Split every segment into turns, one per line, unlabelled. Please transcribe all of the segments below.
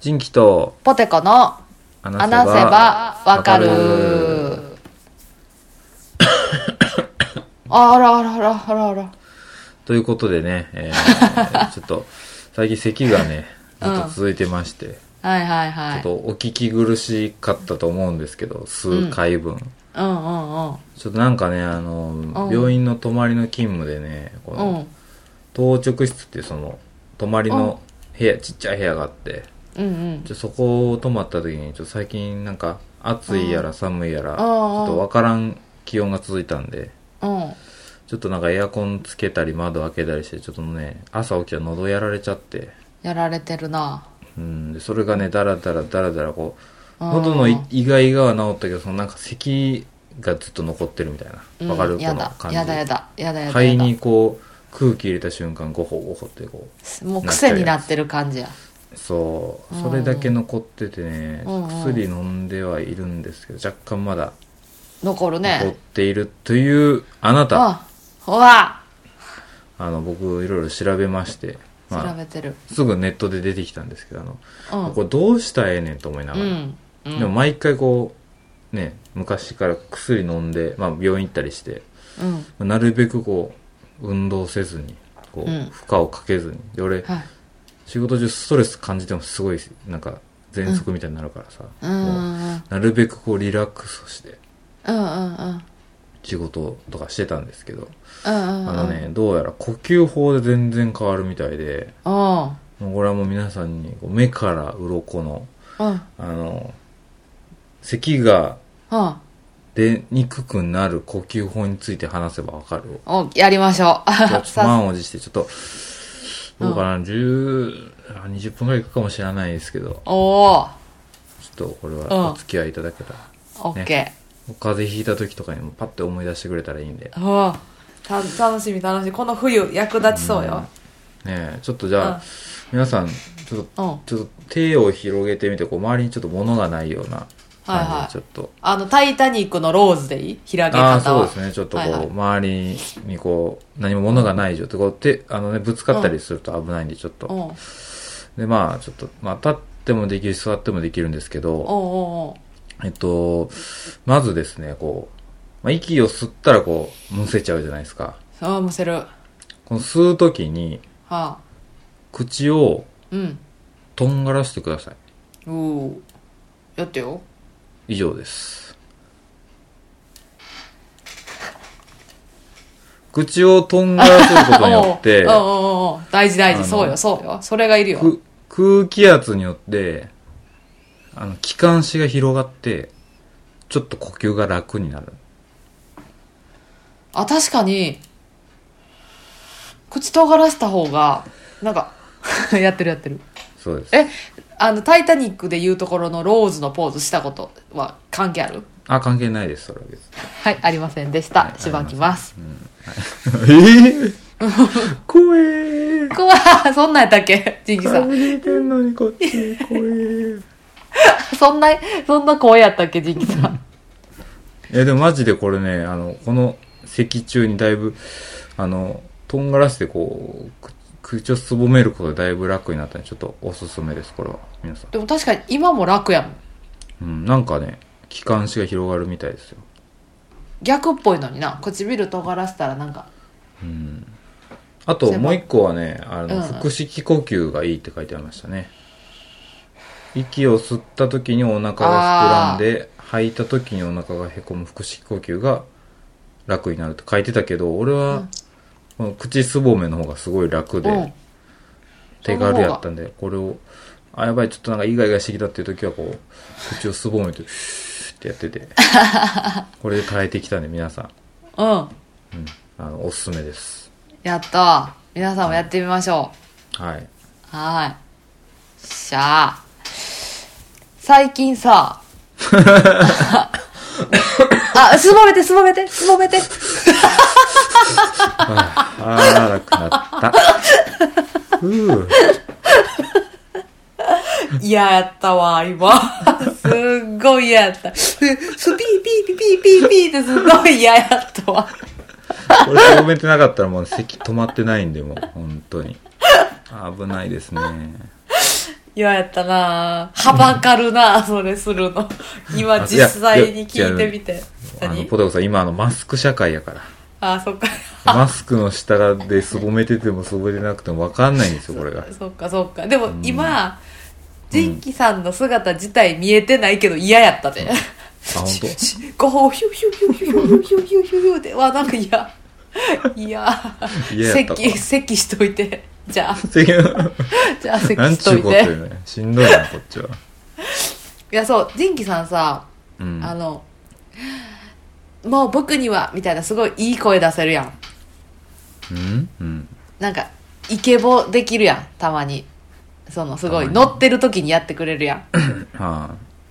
人気と
ポテコの
話せば
話せばわかる。あらあらあらあらあら。
ということでね、え ーちょっと最近咳がねずっと続いてまして、
はいはい
ち
は
ょっ
い。
とお聞き苦しかったと思うんですけど数回分、
うんうんうん。
ちょっとなんかねあの、病院の泊まりの勤務でねこ
う
の
ん。
当直室っていうその泊まりの部屋、ちっちゃい部屋があって
うんうん。
ちょそこを泊まった時にちょっと最近なんか暑いやら寒いやら、
ん
ちょっとわからん気温が続いたんで
うん。
ちょっとなんかエアコンつけたり窓開けたりしてちょっとね朝起きたら喉やられちゃって
やられてるな。
うんでそれがねだらだらだらだらこう
うん
喉のいイガイガは治ったけどそのなんか咳がずっと残ってるみたいなわかる、
うん
こ
や
の
だ
感じ
やだやだやだやだ。
肺にこう空気入れた瞬間ゴホゴホってこ
もう癖になってる感じや。
うそう
うん
それだけ残っててね、
うんうん
薬飲んではいるんですけど若干まだ
残る
残っ
ね。
ているというあなたあ
あ、ほわ
の僕いろいろ調べまして、ま
調
あ、
べてる。
すぐネットで出てきたんですけどあの
うん。
これどうしたらええねんと思いな
う
がら、
ん。うん
でも毎回こうね昔から薬飲んで、まあ、病院行ったりして
うん。
なるべくこう運動せずにこう、
うん
負荷をかけずにで俺
はい。
仕事中ストレス感じてもすごいなんか喘息みたいになるからさ、
うんう
もうんなるべくこうリラックスして
うんうんうん
仕事とかしてたんですけど、
うんうん
あのねどうやら呼吸法で全然変わるみたいで
うん
もうこれはもう皆さんにこう目から鱗の
うん
あの咳が
うん
出にくくなる呼吸法について話せばわかる。
おやりましょう
ちょっと
さ
満を持して、ちょっと、どうかな、10、あ20分くらいいくかもしれないですけど、
おお
ちょっとこれ
うん
はお付き合いいただけたら、
オッケ
風邪ひいた時とかにもパッて思い出してくれたらいいんで、ね
ーうんた楽しみ楽しみこの冬役立ちそうよ
えちょっとじゃあ、
うん
皆さん、ちょっ
う
と、
ん
ちょっと手を広げてみて、こう周りにちょっと物がないような
はい
感
はい
じで、ちょっと、
あの「タイタニック」のローズでいい開け方
あ
は
あー、そうですね。ちょっとこう、
はいはい
周りにこう、何も物がない状態、こう、手、あのね、ぶつかったりすると危ないんで、ちょっと、
うんおう
でまあちょっと、まあ、立ってもできるし座ってもできるんですけど、
おうおう
えっと、まずですねこう、まあ、息を吸ったらこうむせちゃうじゃないですか
ああむせるは
この吸う時に
あ
口を
うん
とんがらしてください
おうやってよ
以上です口をとんがらせることによって
おうおうおうおう大事大
あ
事
の
そうよそうよそれがいるよ
く空気圧によってあの気管支が広がってちょっと呼吸が楽になる
あ、確かに、口尖らした方が、なんか、 やってるやってる。
そうです
え、あの、タイタニックで言うところのローズのポーズしたことは関係ある
あ関係ないですそれは別に
はい、ありませんでした。しばきます。
ええ怖え
うわーそんなんやったっけジンキさん。
引いてんのにこっち怖え
そんな、そんな声やったっけジンキさん。
いやでもマジでこれねあのこの咳中にだいぶあのとんがらしてこうく口をすぼめることがだいぶ楽になったんでちょっとおすすめですこれは皆さん、
でも確かに今も楽やもん。
うん、なんかね気管支が広がるみたいですよ
逆っぽいのにな。唇尖らせたらなんか、
あともう一個はねあの、
うん
腹式呼吸がいいって書いてありましたね息を吸った時にお腹が膨らんで吐いた時にお腹がへこむ腹式呼吸が楽になるって書いてたけど俺は、この口すぼめの方がすごい楽で、
うん。
手軽やったんでこれをあやばいちょっとなんかイガイガしてきたっていう時はこう口をすぼめてシューってやって てこれで耐えてきたんで皆さん
うん。
あのおすすめです
やった皆さんもやってみましょう。
はい
はい。しゃあ。最近 さ、あ、すぼめて、すぼめて、すぼめて。
ああ、楽なった。うー
嫌やったわ、今。すっごい嫌やった。す、すピーピーピーピーピーピーってすっごい嫌やったわ。
これ止めてなかったらもう席止まってないんで、もう、本当に。危ないですね。
嫌やったなぁはばかるなぁそれするの。今実際に聞いてみて。
あの
何
ポテコさん今あのマスク社会やから
あ、そっか。
マスクの下ですぼめててもすぼめてなくても分かんないんですよこれが
そっかそっか。でも今、ジンキさんの姿自体見えてないけど嫌やったで。
あ本当。
ごほうヒューヒューヒューヒューヒューヒューヒューヒューヒューで、わ、なんか嫌。いや、
嫌やったか
咳、咳しといて。じゃあ、
っていう
じゃあ咳
なん
し
ち
と
ゅう
い
ことよ
て。
ねしんどいなこっちはい
や、そう、ジンキさんさ、
うん
あの、もう僕には、みたいなすごいいい声出せるやん。
うんうん
なんか、イケボできるやん、たまに。その、すごい、
たま
乗
に
ってる時にやってくれるやん。うん。
は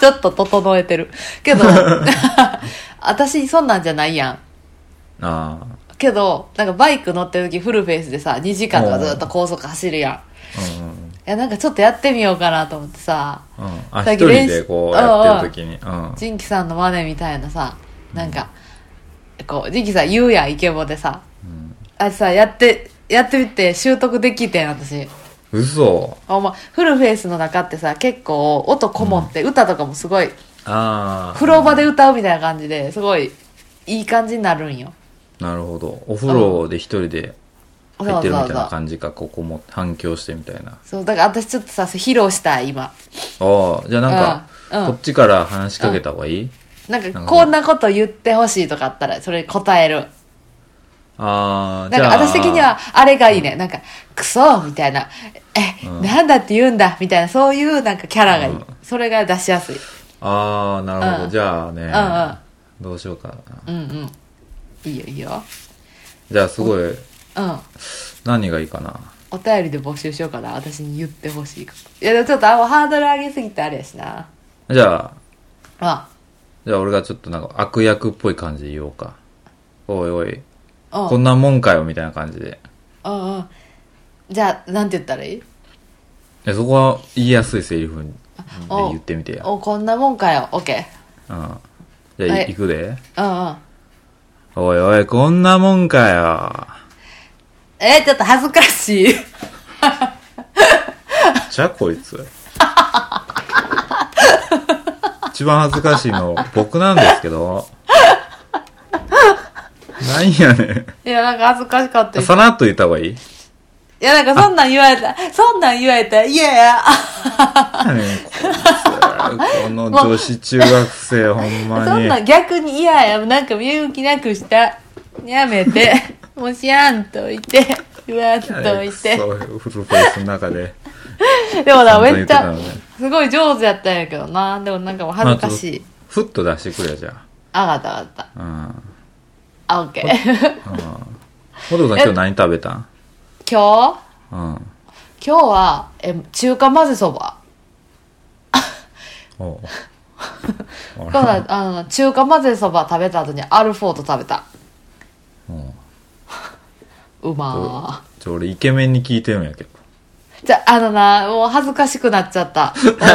ちょっと整えてる。けど、私、そんなんじゃないやん。
ああ
けど、なんかバイク乗ってる時フルフェイスでさ、2時間とかずっと高速走るやん。い
あうん
や、なんかちょっとやってみようかなと思ってさ、
うんうんあ一
最
人
近練習
でこうやってる時にうん
ジンキさんの真似みたいなさ、なんか、こう、ジンキさん言うやん、イケボでさ。あれさ、やって、やってみて習得できてん、私。
嘘
あ、まフルフェイスの中ってさ、結構音こもって、歌とかもすごい、
ああ
風呂場で歌うみたいな感じで、すごい、いい感じになるんよ。
なるほどお風呂で一人で
そう
入
そ
っ
う
てるみたい
そ
な
う。
感じかここも反響してみたいな
そう、だから私ちょっとさ、披露したい、今。
ああじゃあなんか
うんうん
こっちから話しかけた方がいい
なんか、こんなこと言ってほしいとかあったら、それ答える。
ああ
なんか、私的には、あれがいいね。なんか、クソみたいな。え、
うん
なんだって言うんだみたいな、そういうなんかキャラがいい。
うん
それが出しやすい。
ああなるほど、
うん
じゃあね、
う
どうしようかな
うんうん。いいよ、いいよ。
じゃあすごい
うん。
何がいいかな
お便りで募集しようかな。私に言ってほしいこと。いや、でもちょっとあんまハードル上げすぎてあれやしな。
じゃあ
ま
じゃあ俺がちょっとなんか悪役っぽい感じで言おうかおいおい
あ、うん。
こんなもんかよみたいな感じで
うんうん。じゃあ、なんて言ったらいい
えそこは言いやすいセリフで
お
言ってみてや、うん、
お、こんなもんかよ。オッケ
じゃあ
はいい
いくで
ー。うんうん。
おいおいこんなもんかよ
えー、ちょっと恥ずかしい。
じゃあこいつ一番恥ずかしいの僕なんですけどなんやね
いや、なんか恥ずかしかった
ん
です。
さらっと言った方がいい
いや、なんかそんなん言われた、そんなん言われた、いやいや、
なんやねんこいつこの女子中学 生ほん
そ
ま
ん
に
なん逆に嫌や、なんか見る気なくした。や めて、もうしやんといて、言わんといて。
そうフルフェイスの中で
でもな、
本当に
めっちゃ
言ってたのね、
すごい上手やったんやけどな。でもなんかもう恥ずかしい。
ふっと出してくれじゃ
あ、わかったわかった。
あうん
あ、オッケー。
ほとこさん今日何食べたん
今日
うん
今日は、え、中華混ぜ そば。
おうあ
今日
ら
は、あの、中華混ぜそば食べた後にアルフォート食べた。
うん
うま
ちょ俺イケメンに聞いてるんやけど
ー。じゃ、あのな、もう恥ずかしくなっちゃった。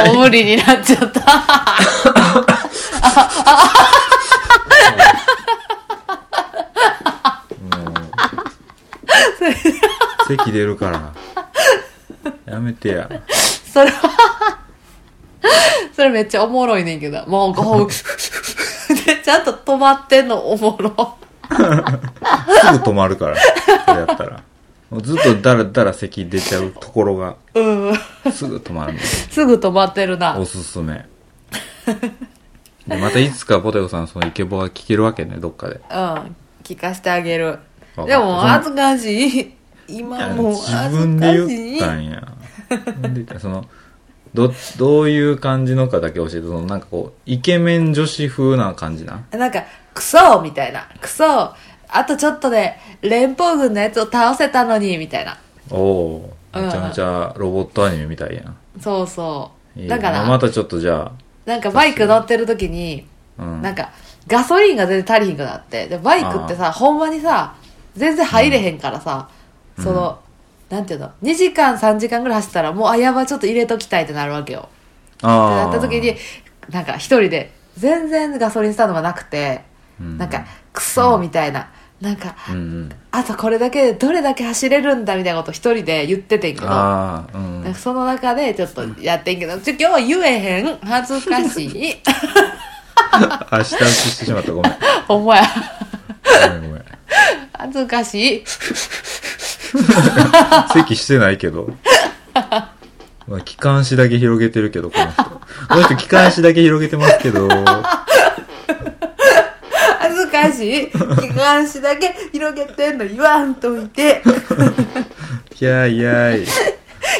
もう無理になっちゃった。
席出るからやめてや
それはそれめっちゃおもろいねんけどもうご うでちゃんと止まってんのおもろ
すぐ止まるからそれやったらもうずっとだらだら席出ちゃうところが
うん
すぐ止まるんだよ
すぐ止まってるな
おすすめでまたいつかポテコさんそのイケボが聞けるわけねどっかで
うん聞かしてあげる
わかった
でも恥ずかしい今もう
自
恥
分
ず
で
か
言
し
っ
い
たんや自分で言ったそのどどういう感じのかだけ教えてそのなんかこうイケメン女子風な感じな
なんかクソみたいなクソあとちょっとで連邦軍のやつを倒せたのにみたいな
おお
うん
めちゃめちゃロボットアニメみたいやん
そうそう
いい
だか
なま
ら
たちょっとじゃ
なんかバイク乗ってる時に
あうん
なんか、ガソリンが全然足りひんくなって。で、バイクってさ、ほんまにさ、全然入れへんからさ、その、なんていうの、2時間、3時間ぐらい走ったら、もう、あ、やばい、ちょっと入れときたいってなるわけよ。って
あ
なった時に、なんか、一人で、全然ガソリンスタンドがなくて、
うん
なんか、クソみたいな、なんか、
うんうん
あとこれだけでどれだけ走れるんだみたいなこと一人で言っててんけど、な
ああうん
んかその中でちょっとやってんけど、ちょ、今日言えへん。恥ずかし い。
あ下打ちしてしまったごめん
ほんまや。
ごめんごめん
恥ずかしい。
咳してないけどまあ気管支だけ広げてるけどこの人この人気管支だけ広げてますけど
恥ずかしい。気管支だけ広げてんの言わんといて。
いやいやい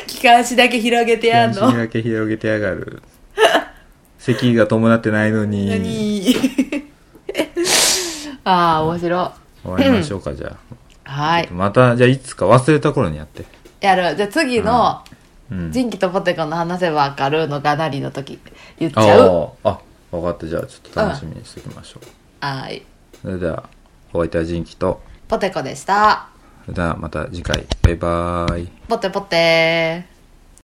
気管支だけ広げて
気
や
管
ん
支
の。
だけ広げてやがる咳が伴ってないのに
何 ああ、面白
終わりましょうかじゃ
い。はい
あ。またじゃあいつか忘れた頃にやって
やる。じゃあ次の、
うん
人気とポテコの話せばわかるのがなりの時言っち
あ
ゃう。
ああ分かったじゃあちょっと楽しみにしておきましょう、
はい。
それではお相手は人気と
ポテコでした。
それではまた次回バイバーイ
ポテポテ